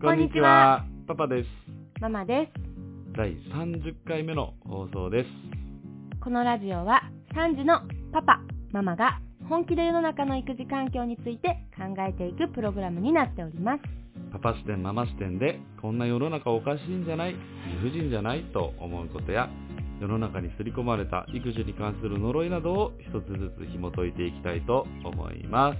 こんにちは。パパです。ママです。第30回目の放送です。このラジオは3時のパパ、ママが本気で世の中の育児環境について考えていくプログラムになっております。パパ視点ママ視点でこんな世の中おかしいんじゃない理不尽じゃないと思うことや世の中に刷り込まれた育児に関する呪いなどを一つずつ紐解いていきたいと思います。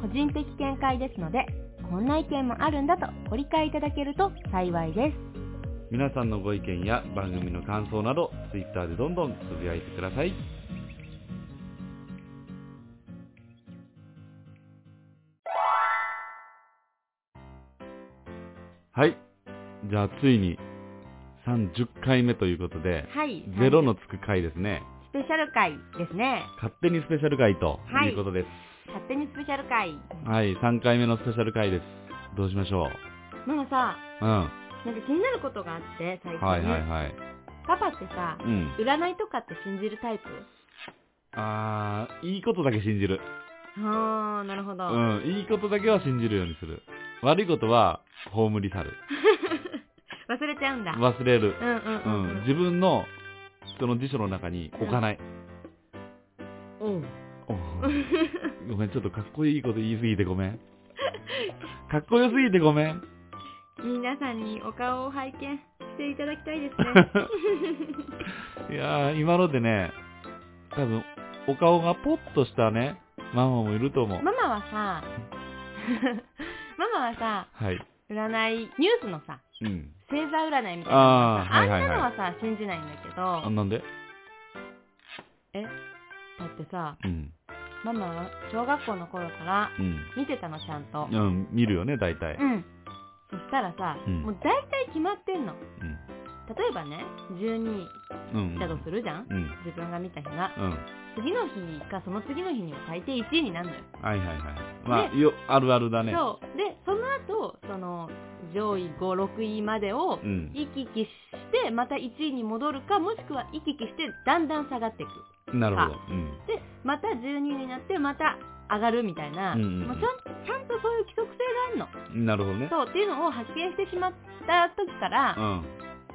個人的見解ですので、こんな意見もあるんだとご理解いただけると幸いです。皆さんのご意見や番組の感想など Twitter でどんどんつぶやいてください。はい。じゃあついに30回目ということで、はいゼロのつく回ですね。スペシャル回ですね。勝手にスペシャル回とはいいうことです。勝手にスペシャル回。はい、3回目のスペシャル回です。どうしましょう。ママさ、うん。はなんか気になることがあって、最い近、ねはいはい。パパってさ、うん。占いとかって信じるタイプあー、いいことだけ信じる。あー、なるほど。うん、いいことだけは信じるようにする。悪いことは葬り去る。忘れちゃうんだ。忘れる。うんうんううんん、自分の、その辞書の中に置かない。うん。うんおうごめん、ちょっとかっこいいこと言いすぎてごめん。かっこよすぎてごめん。皆さんにお顔を拝見していただきたいです いやー、今のでね、多分、お顔がポッとしたね、ママもいると思うね。。ママはさ、 ママはさ、はい。占い、ニュースのさ、うん。星座占いみたいなのあさー、はいはいあんなのは。はいさ、信じないんだけど、あなんでだってさ、うん。ママは小学校の頃からうん。見てたの、ちゃんと。うん、見るよね、大体う。ん。そしたらさ、うんもう大体決まってんの。うん。例えばね、12うん。だとするじゃん、うん。自分が見た日が。うん。次の日かその次の日には大抵1位になるのよ。はいはいはい。まあ、ねよ、あるあるだね。そう。で、その後、その、上位5、6位までをう、ん。行き来して、また1位に戻るか、もしくは行き来して、だんだん下がっていく。なるほど。うん。で、また12位になって、また上がるみたいな、うんうんうんもうちゃんちゃんとそういう規則性があるの。なるほどね。そう、っていうのを発見してしまった時からう、ん。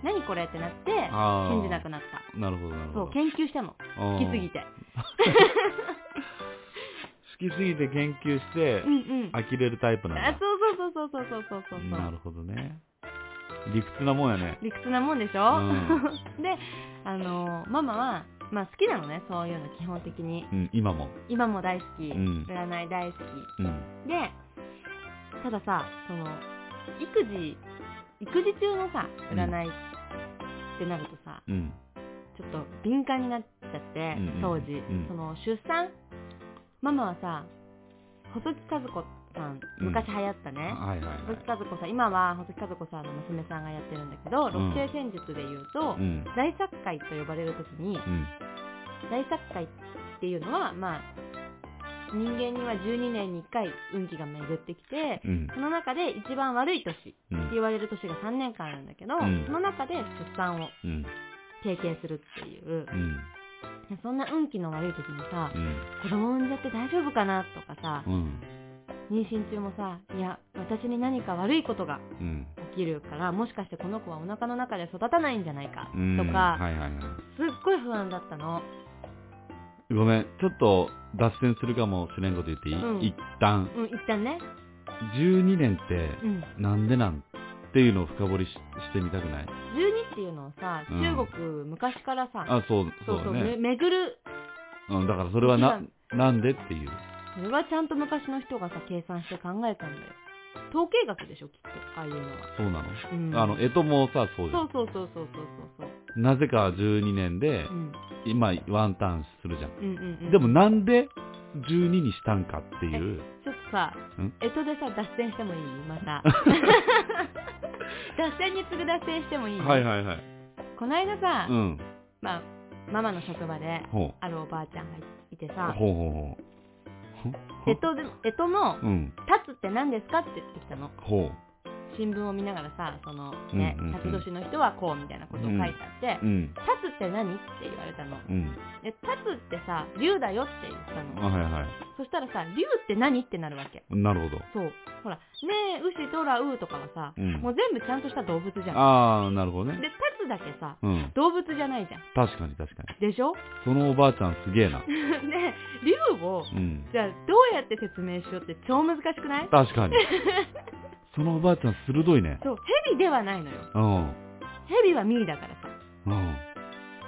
何これってなって、あー信じなくなった。なるほど、なるそほど。う、研究したの。うん好きすぎ。て。好きすぎて研究してう、んうん。呆れるタイプなんあだ。そうそうそうそうそうそうそうそう。なるほどね。理屈なもんやね。理屈なもんでしょ、うであのママは、まあ、好きなのねそういうの基本的にうん、今も。今も大好き、ん占い大好きうん。でたださその育児育児中のさ占いってなるとさ、うん。ちょっと敏感になっちゃって、うんうん当時、うんその出産ママはさ細木和子さんうん昔流行ったね、はいはいは細木い。和子さん今は細木和子さんの娘さんがやってるんだけど、ん六星戦術で言うと、うん。大作会と呼ばれる時にうん。大作会っていうのはまあ人間には12年に1回運気が巡ってきてうん。その中で一番悪い年ってうん。言われる年が3年間あるんだけど、うんその中で出産をうん。経験するっていうう、ん。そんな運気の悪い時にさうん。子供産んじゃって大丈夫かなとかさうん。妊娠中もさいや私に何か悪いことがうん。起きるからもしかしてこの子はお腹の中で育たないんじゃないかうん。とか、はいはいはい。すっごい不安だったの。ごめん、ちょっと脱線するかもしれんこと言っていい、うん一旦、うん、一旦ね。 12年ってうん。なんでなんっていうのを深掘りししてみたくない12っていうのをさ、うん中国昔からさ、あ、そう、そそうそううだね。め巡る、うん、だからそれはな一、なんでっていう。それはちゃんと昔の人がさ、計算して考えたんだよ。統計学でしょ、きっと、ああいうのは。そうなの、うん、あの、えともさ、そうじゃそんうそうそうそうそうそうなぜか12年でそう。う、ん。今、ワンターンするじゃん。うんうんうん。でも、なんで12にしたんかっていう。ちょっとさん、えとでさ、脱線してもいいま た。 脱線に次ぐ脱線してもいい、はいはいはい。こないださ、うん。まあ、ママの職場で、ほあるおばあちゃんがいてう。さ、ほうほうほう。えとで、えとの、うん。立つって何ですかって言ってきたの。ほ新聞を見ながらさそのねうんうんうん辰年の人はこうみたいなことを書いてあってう、んタツって何って言われたの。うんで、タツってさ、竜だよって言ったあの。はいはそしたらさ、竜って何ってなるわいけ。なるほどそう。ほら、ねえ、牛、トラ、ウーとかはさ、うんもう全部ちゃんとした動物じゃあん。あなるほどねで、タツだけさ、うん動物じゃないじゃん。確かに確かにでしょ そのおばあちゃんすげえなねえ竜を、うんじゃあどうやって説明しようって超難しくない確かにそのおばあちゃん鋭いねそう、蛇ではないのよ。うん蛇はミーだからさ。うん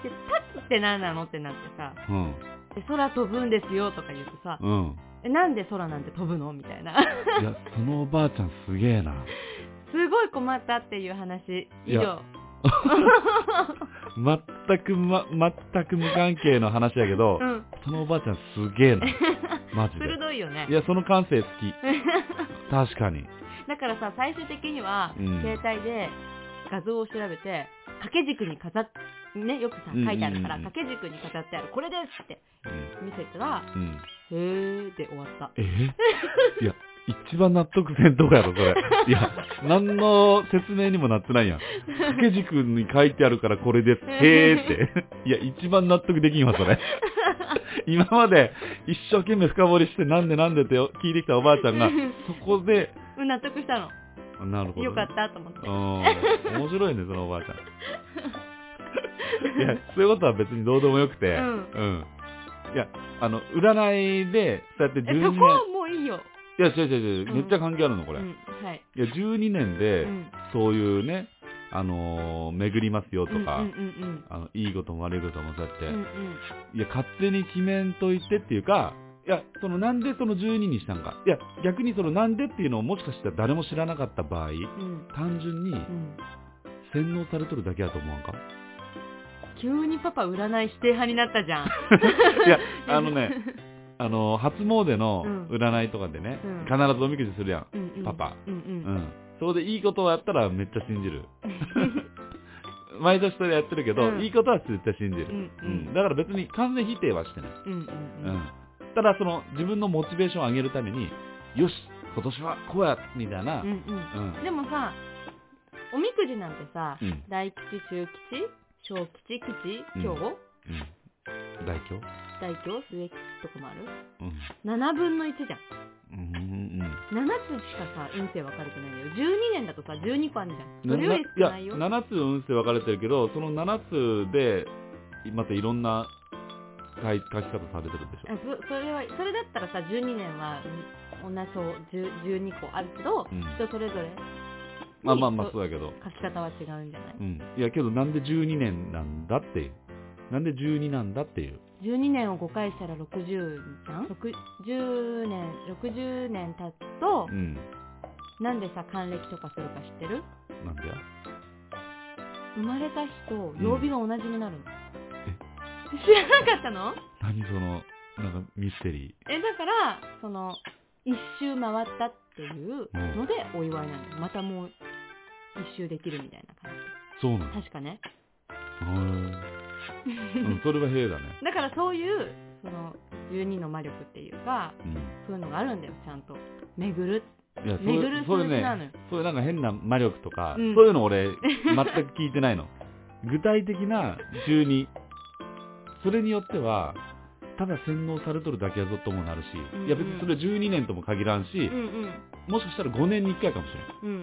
で、タツって何なのってなってさ、うんで空飛ぶんですよとか言うとさ、うんえなんで空なんて飛ぶのみた いな。いやそのおばあちゃんすげえなすごい困ったっていう話以い上や全くま全く無関係の話やけどうんそのおばあちゃんすげえ なマジで鋭いよねいやその感性好 き確かにだからさ最終的には、うん携帯で画像を調べて掛け軸に飾っねよくさうんうんうん書いてあるから、掛け軸に飾ってあるこれですってうん見せたらうんへーで終わったえいや一番納得せんとこやろそ れいや何の説明にもなってないやん掛け軸に書いてあるから これですへーっていや一番納得できんわそれ今まで一生懸命深掘りしてなんでなんでって聞いてきたおばあちゃんがそこで うん納得したの、なるほどね、よかったと思ってうん面白いねそのおばあちゃんいやそういうことは別にどうでもよくてうんうんいやあの占いでそうやってえ12そ年こはもういいよいや違う違う違ううんめっちゃ関係あるのこれ、ういんはい、や12年でうんそういうねあのー巡りますよとか、うんうんあのいいことも悪いこともそうやって、うんうんうんいや勝手に決めんといてっていうかいやそのなんでその12にしたんかいや逆にそのなんでっていうのをもしかしたら誰も知らなかった場合うん単純にうん洗脳されとるだけやと思わ んか急にパパ占い否定派になったじゃん。いや、 あのね、あの、初詣のうん占いとかでね、うん必ずおみくじするやん。うんうんパパ。うんう。うんん。そこでいいことをやったらめっちゃ信じ る。毎年それやってるけど、うんいいことは絶対信じる、うんううんんだから別に完全否定はしてない。うんうんう。うんん。ただ、その、自分のモチベーションを上げるために、よし、今年はこうや、みたいな、う。うんんうん。でもさ、おみくじなんてさう、ん。大吉、中吉、小吉、う吉、ん京、うん。大凶大凶、末吉とかもあるうん。 ?7 分の1じゃん。うんうんうん。 7つしかさ、運勢分かれてないよ。12年だとさ、12個あるじゃん。それよなり少ないよ。 7つ運勢分かれてるけどその7つでまたいろんな書い書き方されてるでしあょ、そそれはそれだったらさ12年はうん同じそう10 12個あるけど、うん人それぞれまあまあまあにそうだけど、書き方は違うんじゃないうん、いやけどなんで12年なんだっていうなんで12なんだっていう12年を5回したら60じゃん60年60年経つとう、んなんでさ還暦とかするか知ってるなんでや生まれた日とん曜日が同じになるの、 知らなかったの何そのなんかミステリえだからその一周回ったっていうのでお祝いなのまたもう一周できるみたいな感ーそうなのじ確かねへーうんそれは平だねだからそういうその12の魔力っていうかうんそういうのがあるんだよちゃんと巡るいやそ巡るれそれ数字なねのよ、そういうなんか変な魔力とか、うんそういうの俺全く聞いてないの具体的な12それによってはただ洗脳されとるだけやぞともなるし、うんうんいや別にそれ12年とも限らんしうん、うんもしかしたら5年に1回かもしれないうんう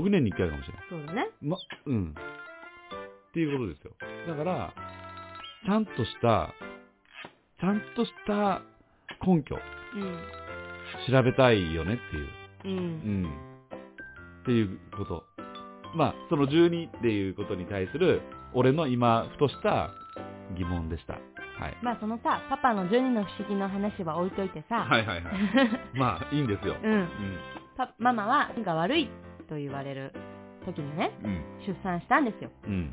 ん6年に1回かもしれないそうだねまうんっていうことですよだからちゃんとしたちゃんとした根拠調べたいよねっていううんううんん。っていうこと。まあ、その12っていうことに対する、俺の今、ふとした疑問でした。はい。まあそのさパパの12の不思議の話は置いといてさ、いはいはい。 まあ、いいんですよ。うんうん。パママは運が悪いと言われる時にねうん。出産したんですようん。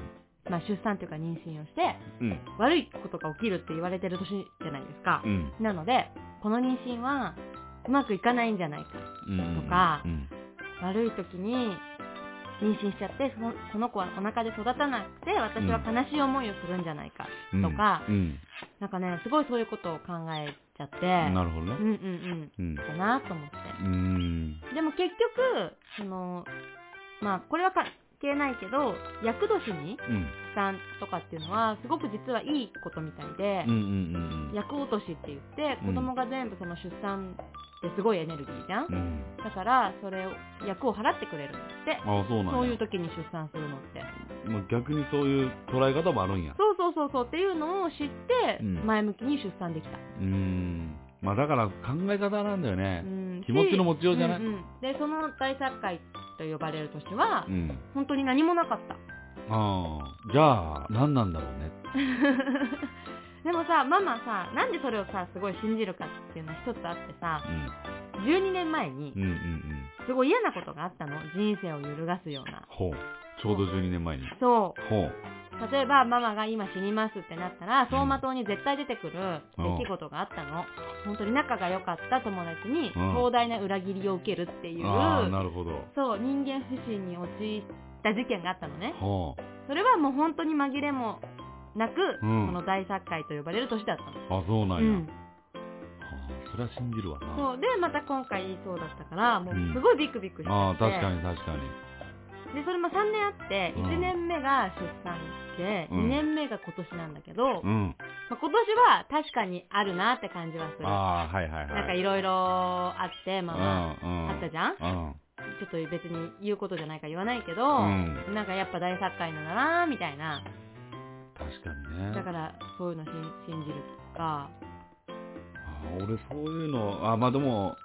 まあ出産というか妊娠をしてうん。悪いことが起きるって言われてる年じゃないですかう、ん。なのでこの妊娠はうまくいかないんじゃないかうん。とかうん。悪い時に妊娠しちゃってそのこの子はお腹で育たなくて私は悲しい思いをするんじゃないかとか、うんなんかねすごいそういうことを考えちゃってなるほどねうんうんうんうんだなと思ってうんでも結局そのまあこれは関係ないけど厄年にうん負担とかっていうのはすごく実はいいことみたいでうんうんうん厄、落としって言ってうん子供が全部その出産ってすごいエネルギーじゃん、うんうんだからそれを厄を払ってくれるんだってああそうなんやそういう時に出産するのってまあ逆にそういう捉え方もあるんやそうそうそうそうっていうのを知ってうん前向きに出産できた、うんまあだから考え方なんだようねん気持ちの持ちようじゃないうんうんでその大作会と呼ばれる年はうん本当に何もなかったああじゃあ何なんだろうね でもさママさなんでそれをさすごい信じるかっていうのは一つあってさ12年前にうんうんうんうんすごい嫌なことがあったの人生を揺るがすようなほうちょうど12年前にそほうう例えばママが今死にますってなったら走馬灯に絶対出てくるうん出来事があったの本当に仲が良かった友達にうん壮大な裏切りを受けるっていうああなるほどそう人間不信に陥った事件があったのねほうそれはもう本当に紛れもなく、うんその大作会と呼ばれる年だったの、あそうなんや、うんはあそれは信じるわなそうでまた今回言いそうだったからもううんすごいビクビクしちあゃあって、確かに確かにでそれも3年あってうん1年目が出産で、うん2年目が今年なんだけど、うまんあ、今年は確かにあるなって感じはするああはいはいはいなんかいろいろあってまあまあ、うんうんあったじゃんうんちょっと別に言うことじゃないから言わないけど、うんなんかやっぱ大作会なんだなみたいな確かにねだからそういうの信信じるとかあー俺そういうのあまあでも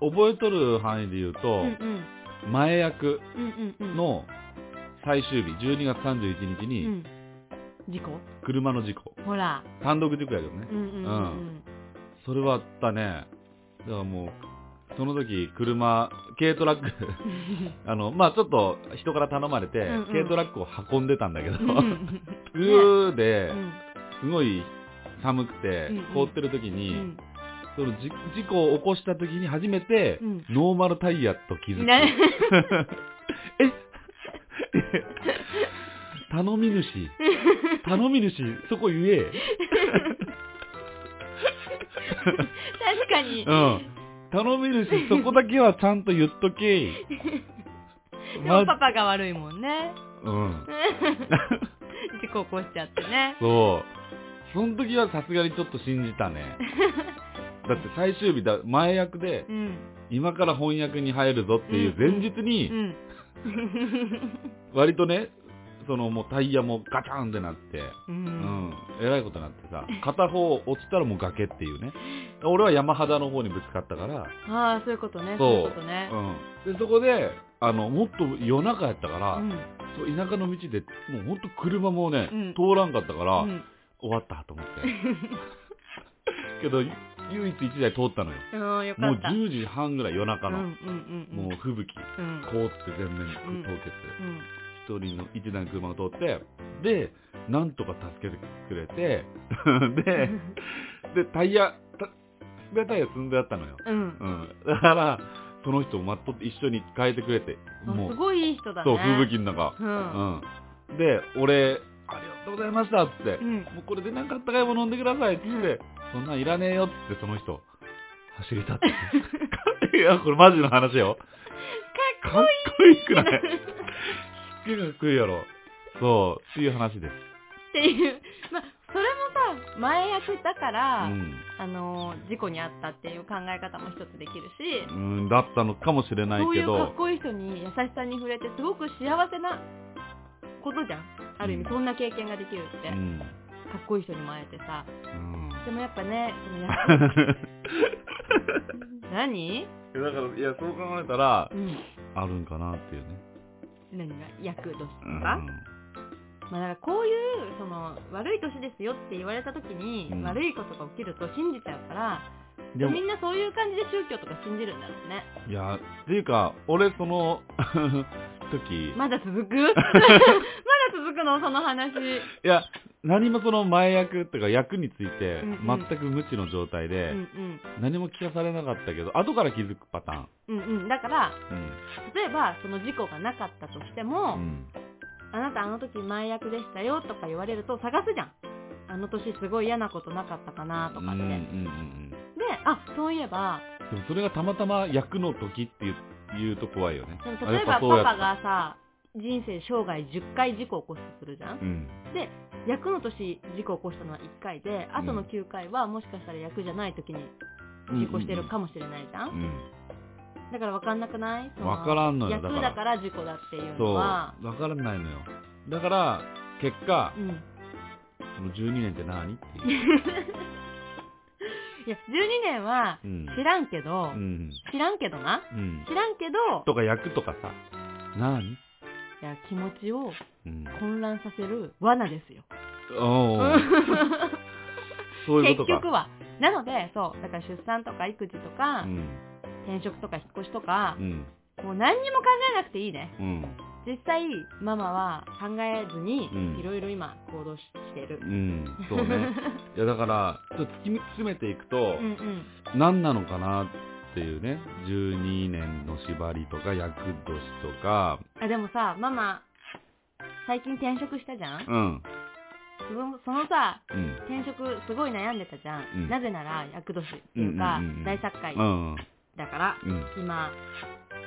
覚えとる範囲で言ううとん、うん前役うんうんうんの最終日12月31日うにん事故車の事故ほら単独事故やけどねうんうんうんそれはあったねだからもうその時車軽トラック うんあのまあちょっと人から頼まれて、うんうん軽トラックを運んでたんだけど、うん うんうーで、うんすごい寒くてうんうん凍ってる時に、うんそのじ事故を起こした時に初めて、うんノーマルタイヤと気づくね頼み主 頼み主そこ言え 確かに、うん頼み主そこだけはちゃんと言っとけ でもパパが悪いもん ねうん事故起こしちゃってねそうその時はさすがにちょっと信じた ねだって最終日だ前役でうん今から翻訳に入るぞっていううんうん前日うにん割とねそのもうタイヤもガチャンってなってううんんえらいことになってさ片方落ちたらもう崖っていうね俺は山肌の方にぶつかったからああそういうことそねうそういうことねうん、でそこであのもっと夜中やったから、うんそう田舎の道でもうほんと車もね、うん通らんかったから、うん終わったと 思ってけど唯一1台通ったのようんよかもうった10時半ぐらい夜中うんの、うんうんもう吹雪うん凍って全面うん凍結、うん一人の1台の車が通ってでなんとか助けてくれ てででタイヤたスペアタイヤ積んであったのよ、うんうん、だからその人を待っとって一緒に変えてくれて もあすごいいい人だねそう、風吹きの中。ううんん。で、俺、ありがとうございましたっつって、うんもうこれでなんかあったかいもの飲んでくださいっつって、うんそんなんいらねえよっつって、その人、走り立って。 いや、これマジの話よ。かっこいいくらい。すっげえかっこいいやろ。そう、っていう話です。っていう、まあ、それもさ前役だかうら、ん。あのー事故に遭ったっていう考え方も一つできるし、うん、だったのかもしれないそういけうかどっ、こいい人に優しさに触れてすごく幸せなことじゃんある意味うんそんな経験ができるって、うかん。っこいい人にも会えてさうんでもやっぱねそのや 何、 いやだから、いや、そう考えたらう、ん、あるんかなっていうね。何が役年とか、うん。まあ、だからこういうその悪い年ですよって言われた時に、うん悪いことが起きると信じちゃうからでもみんなそういう感じで宗教とか信じるんだろうねいや、っていうか、俺その 時、 まだ続くまだ続くのその話いや、何もその前役とか役についてうんうん全く無知の状態うでん何も聞かされなかったけど後から気づくパターンうんうんうんだからうん例えばその事故がなかったとしても、うんあなたあの時前役でしたよとか言われると探すじゃんあの年すごい嫌なことなかったかなとかっうて、んうんうでんあそういえばうんでもそれがたまたま役の時っていういうと怖いよねあでやも例っえばパそうやったパがさ人生生涯10回事故を起こすとするじゃんうんで役の年事故を起こしたのは1回であとの9回はもしかしたら役じゃない時に事故してるかもしれないじゃん、うんうんだから分かんなくないそのわからんのよだ役からだから事故だっていうそうのわはからないのよだから結果うん、いその12年って何っていう、や12年はうん知らんけど、うん知らんけどなうん、知らんけどとか役とかさ何、いや気持ちをうん、混乱させる罠ですよ。お ーそういうことか結局は。なので、そう、だから出産とか育児とか、うん転職とか引っ越しとかう、んもう何にも考えなくていいね。うん実際、ママは考えずにうん、いろいろ今行動ししてるう。んそう ねいやだからちょっと突き詰めていくとうんうん。何なのかなっていうね12年の縛りとか役年とかあ、でもさ、ママ、最近転職したじゃんうんそのそのさ、うん転職すごい悩んでたじゃん。うんなぜなら、役年っていうか、うんうんうんうん大作会うんだから。うん今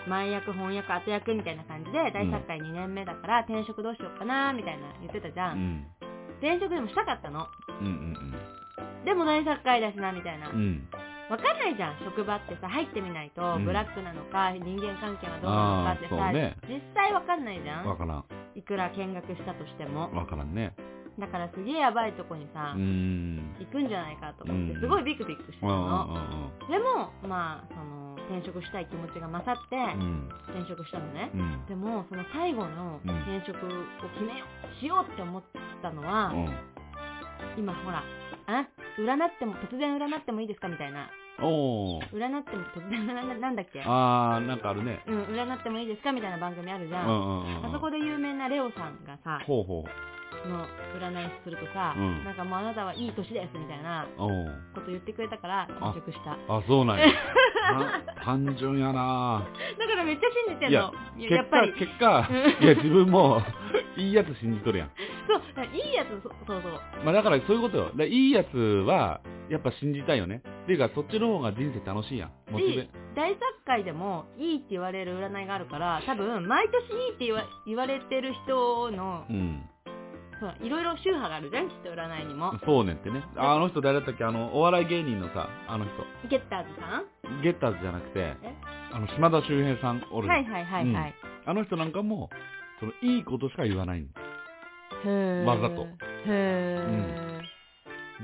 前役翻訳後役みたいな感じで大作会2年目だから転職どうしようかなみたいな言ってたじゃ、うんん転職でもしたかったのうんでも大作会だしなみたいな、うんうんわかんないじゃん職場ってさ入ってみないと、うんブラックなのか人間関係はどうなのかってあーそさ、うね実際わかんないじゃわんからんいくら見学したとしてもわからんねだからすげえやばいとこにうさ、ん行くんじゃないかと思っうんてすごいビクビクしてたうんうんの、でもまあその転職したい気持ちが勝ってうん転職したのね、うんうんでもその最後の転職を決めようしようって思ったのは、うん今ほらあ占っても突然占ってもいいですかみたいなおー占っても突然占なんだっけあーなんかあるねうん占ってもいいですかみたいな番組あるじうゃんん、うんうんあそこで有名なレオさんがさほうほその占いするとさ、うんなんかもうあなたはいい年ですみたいなうおーこと言ってくれたから転職しただあそう なんやた単純やなからめっちゃ信じてんのいやいや結やっぱ果り結果うんいや自分もいいやつ信じとるやんそうだからいいやつそそうそうまあだからそういうことよだからいいやつはやっぱ信じたいよねっていうかそっちの方が人生楽しいやんモチベし大作会でもいいって言われる占いがあるから多分毎年いいって言わ言われてる人のうんそういろいろ宗派があるじゃんきっと占いにもそうねってねああの人誰だったっけあのお笑い芸人のさあの人ゲッターズさんゲッターズじゃなくてえあの島田秀平さんおるじゃんはいはいはいはい、あの人なんかもそのいいことしか言わないのへーわざとへ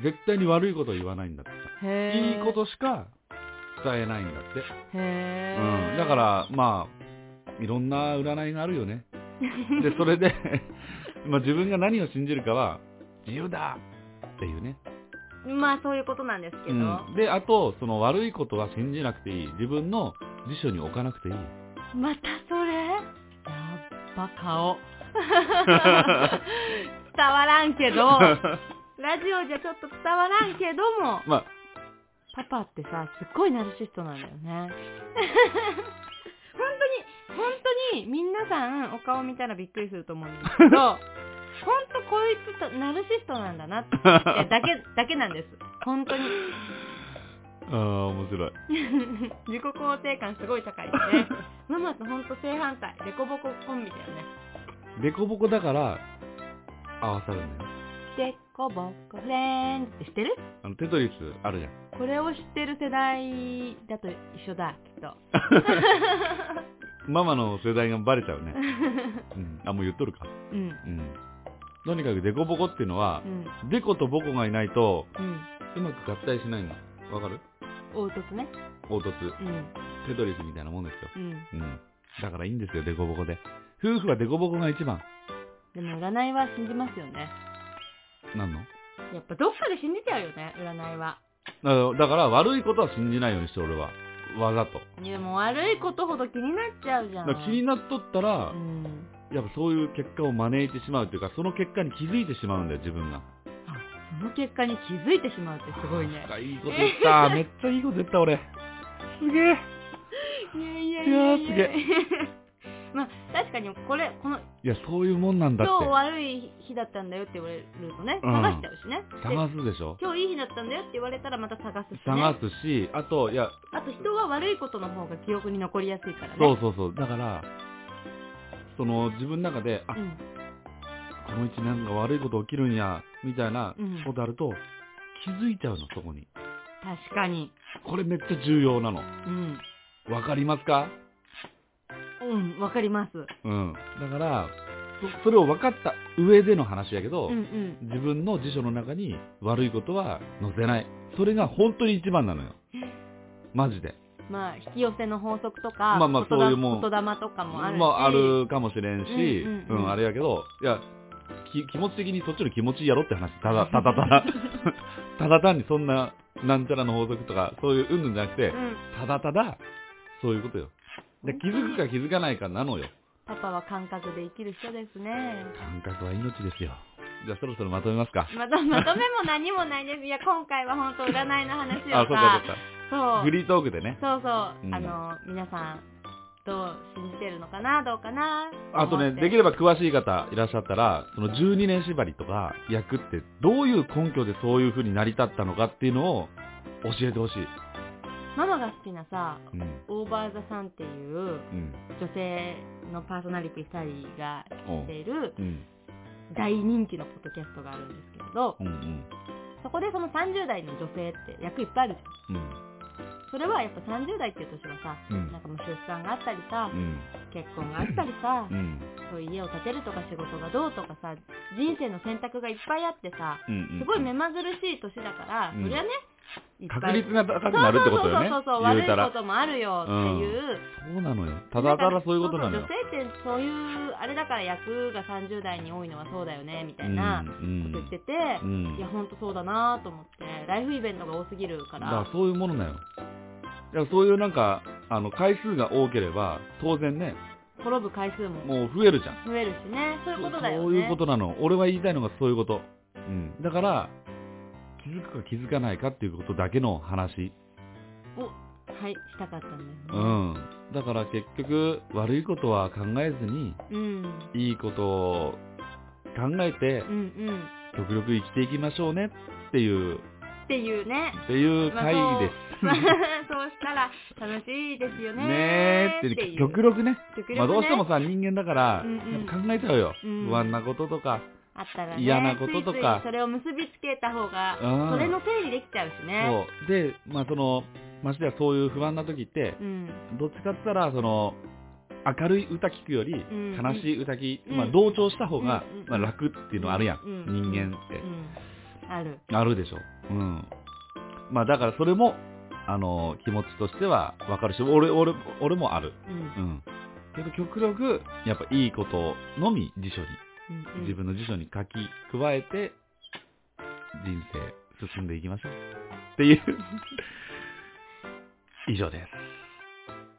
絶対に悪いこと言わないんだってーへいいーことしか伝えないんだって、へーうん、だからまあいろんな占いがあるよ ねでそれで まあ自分が何を信じるかは自由だっていうね、まあそういうことなんですけうど、ん、であとその悪いことは信じなくていい自分の辞書に置かな くていいまたそれやっぱ顔 伝わらんけどラジオじゃちょっと伝わらんけどもまあパパってさ、すっごいナルシストなんだよね。 本当に、本当に、皆さん、お顔見たらびっくりすると思うんですけど、 本当こいつとナルシストなんだなって だけ、だけなんです。本当に。 あー面白い自己肯定感すごい高いしね。ママと本当正反対。デコボココンビだよね。デコボコだから合わさるんだよデコボコフレンズって知ってるあのテトリスあるじゃんこれを知ってる世代だと一緒だ、きっ と。ママの世代がバレちゃうね、うん、あもう言っとるかうん。うんとにかくデコボコっていうのはう、ん。デコとボコがいないとうん。うまく合体しないのわかる凹凸ね。凹凸うん。テトリスみたいなもんですようん。うんだからいいんですよデコボコで夫婦はデコボコが一番でも占いは信じますよね。なんのやっぱどっかで信じちゃうよね、占いは。だからだから悪いことは信じないようにして俺はわざといやもう悪いことほど気になっちゃうじゃだん。から気になっとったらうん。やっぱそういう結果を招いてしまうというかその結果に気づいてしまうんだよ自分がの結果に気づいてしまうってすごいねあいいこと言 った。めっちゃいいこと言った、俺。すげえ。いやいやいやすげえ まあ確かにこれこのいや、そういうもんなんだっ今日て。悪い日だったんだよって言われるとねうん探しちゃうしね、で探すでしょ今日いい日だったんだよって言われたらまた探すしね探すし、あと、いや、あと人は悪いことの方が記憶に残りやすいからねそうそうそう。だから、その、自分の中で、あ、うんこの一年が悪いこと起きるんや、みたいなうんことあると、気づいちゃうの、そこに。確かにこれめっちゃ重要なの。うんわかりますかうんわかりますうん。だから、そそれを分かった上での話やけど、うんうん自分の辞書の中に悪いことは載せない。それが本当に一番なのよ。マジで。まあ引き寄せの法則とかまあまあ言霊そういうもん言霊とかもあるし、まあ、あるかもしれんし、ううんんうんうんあれやけど、いや、き気持ち的にそっちの気持ちいいやろって話、ただ、ただた だ、ただ単にそんな、なんちゃらの法則とか、そういううんぬんじゃなくてう、ん、ただただ、そういうことよ。で気づくか気づかないかなのよ。パパは感覚で生きる人ですね感覚は命ですよ。じゃあそろそろまとめますか。まとまとめも何もないですいや今回は本当占いの話あ、をそうかさそうそうか。フリートークでね。そうそう、うんあの皆さんどう信じてるのかなどうかなあとね、できれるば詳しい方いらっしゃったら、その12年縛りとか役ってどういう根拠でそういう風に成り立ったのかっていうのを教えてほしい。ママが好きなさうん。オーバー・ザ・さんっていううん。女性のパーソナリティ2人がしているうん。大人気のポッドキャストがあるんですけれどうん。うん。そこでその30代の女性って役いっぱいあるじうゃん。んそれはやっぱ30代っていう年はさうんなんかもう出産があったりさうん。結婚があったりさうん。そういう家を建てるとか仕事がどうとかさ人生の選択がいっぱいあってさうん。すごい目まぐるしい年だから、うんそりゃね、いっ確率そうが高くなるってことよね。そうそうそうそう、言う悪いたこら。ともあるよっていう。そうなのよ。ただただそういうことなのそよう。そう女性ってそういう、あれだから役が30代に多いのはそうだよね、みたいなこうとん。言ってて、うん。いや、ほんとそうだなと思って、ライフイベントが多すぎるだかからら、そういうものだよ。だからそういうなんか、あの、回数が多ければ、当然ね、転ぶ回数ももう増えるじゃん。増えるしね、そういうことだよね。そういうことなの。俺は言いたいのがそういうこと。うん。だから、気づくか気づかないかっていうことだけの話。はい、したかったんだうよね。ん。だから結局、悪いことは考えずに、うん。いいことを考えてうん、うん。極力生きていきましょうねっていう、っていうね。っていう回でまあそう そうしたら楽しいですよす。ねねーっってて、いう極力ね。極力ねまあどうしてもさ、人間だからうんうん、やっぱ考えちゃうよ。うん不安なこととか。あったらね嫌なこととかついついそれを結びつけた方がうんそれの整理できちゃうしねそう。で、まあその、ましてやそういう不安な時って、うんどっちかって言ったら、その、明るい歌聴くより、うん悲しい歌聴、うんまあ、同調した方がうんうん、まあ、楽っていうのはあるやん。うん人間っうて。んあるあるでしょ。うん。まあ、だからそれも、あの、気持ちとしてはわかるし、俺、俺、俺もある。うんうん。けど、極力、やっぱいいことのみ辞書に、うんうん自分の辞書に書き加えて、人生進んでいきましょう。っていう。 以上です。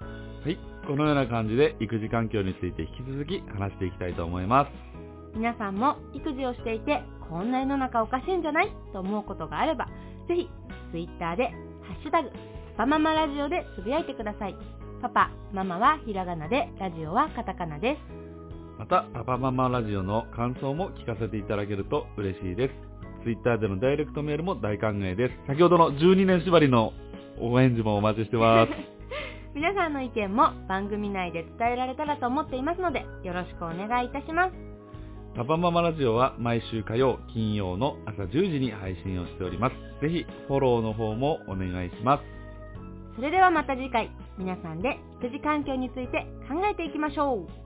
はい。このような感じで育児環境について引き続き話していきたいと思います。皆さんも育児をしていてこんな世の中おかしいんじゃないと思うことがあればぜひ Twitter で「ハッシュタグパパママラジオ」でつぶやいてくださいパパママはひらがなでラジオはカタカナですまた、パパママラジオの感想も聞かせていただけると嬉しいです。ツイッターでのダイレクトメールも大歓迎です。先ほどの12年縛りの応援時もお待ちしてます。皆さんの意見も番組内で伝えられたらと思っていますのでよろしくお願いいたしますパパママラジオは毎週火曜、金曜の朝10時に配信をしております。ぜひフォローの方もお願いします。それではまた次回皆さんで育児環境について考えていきましょう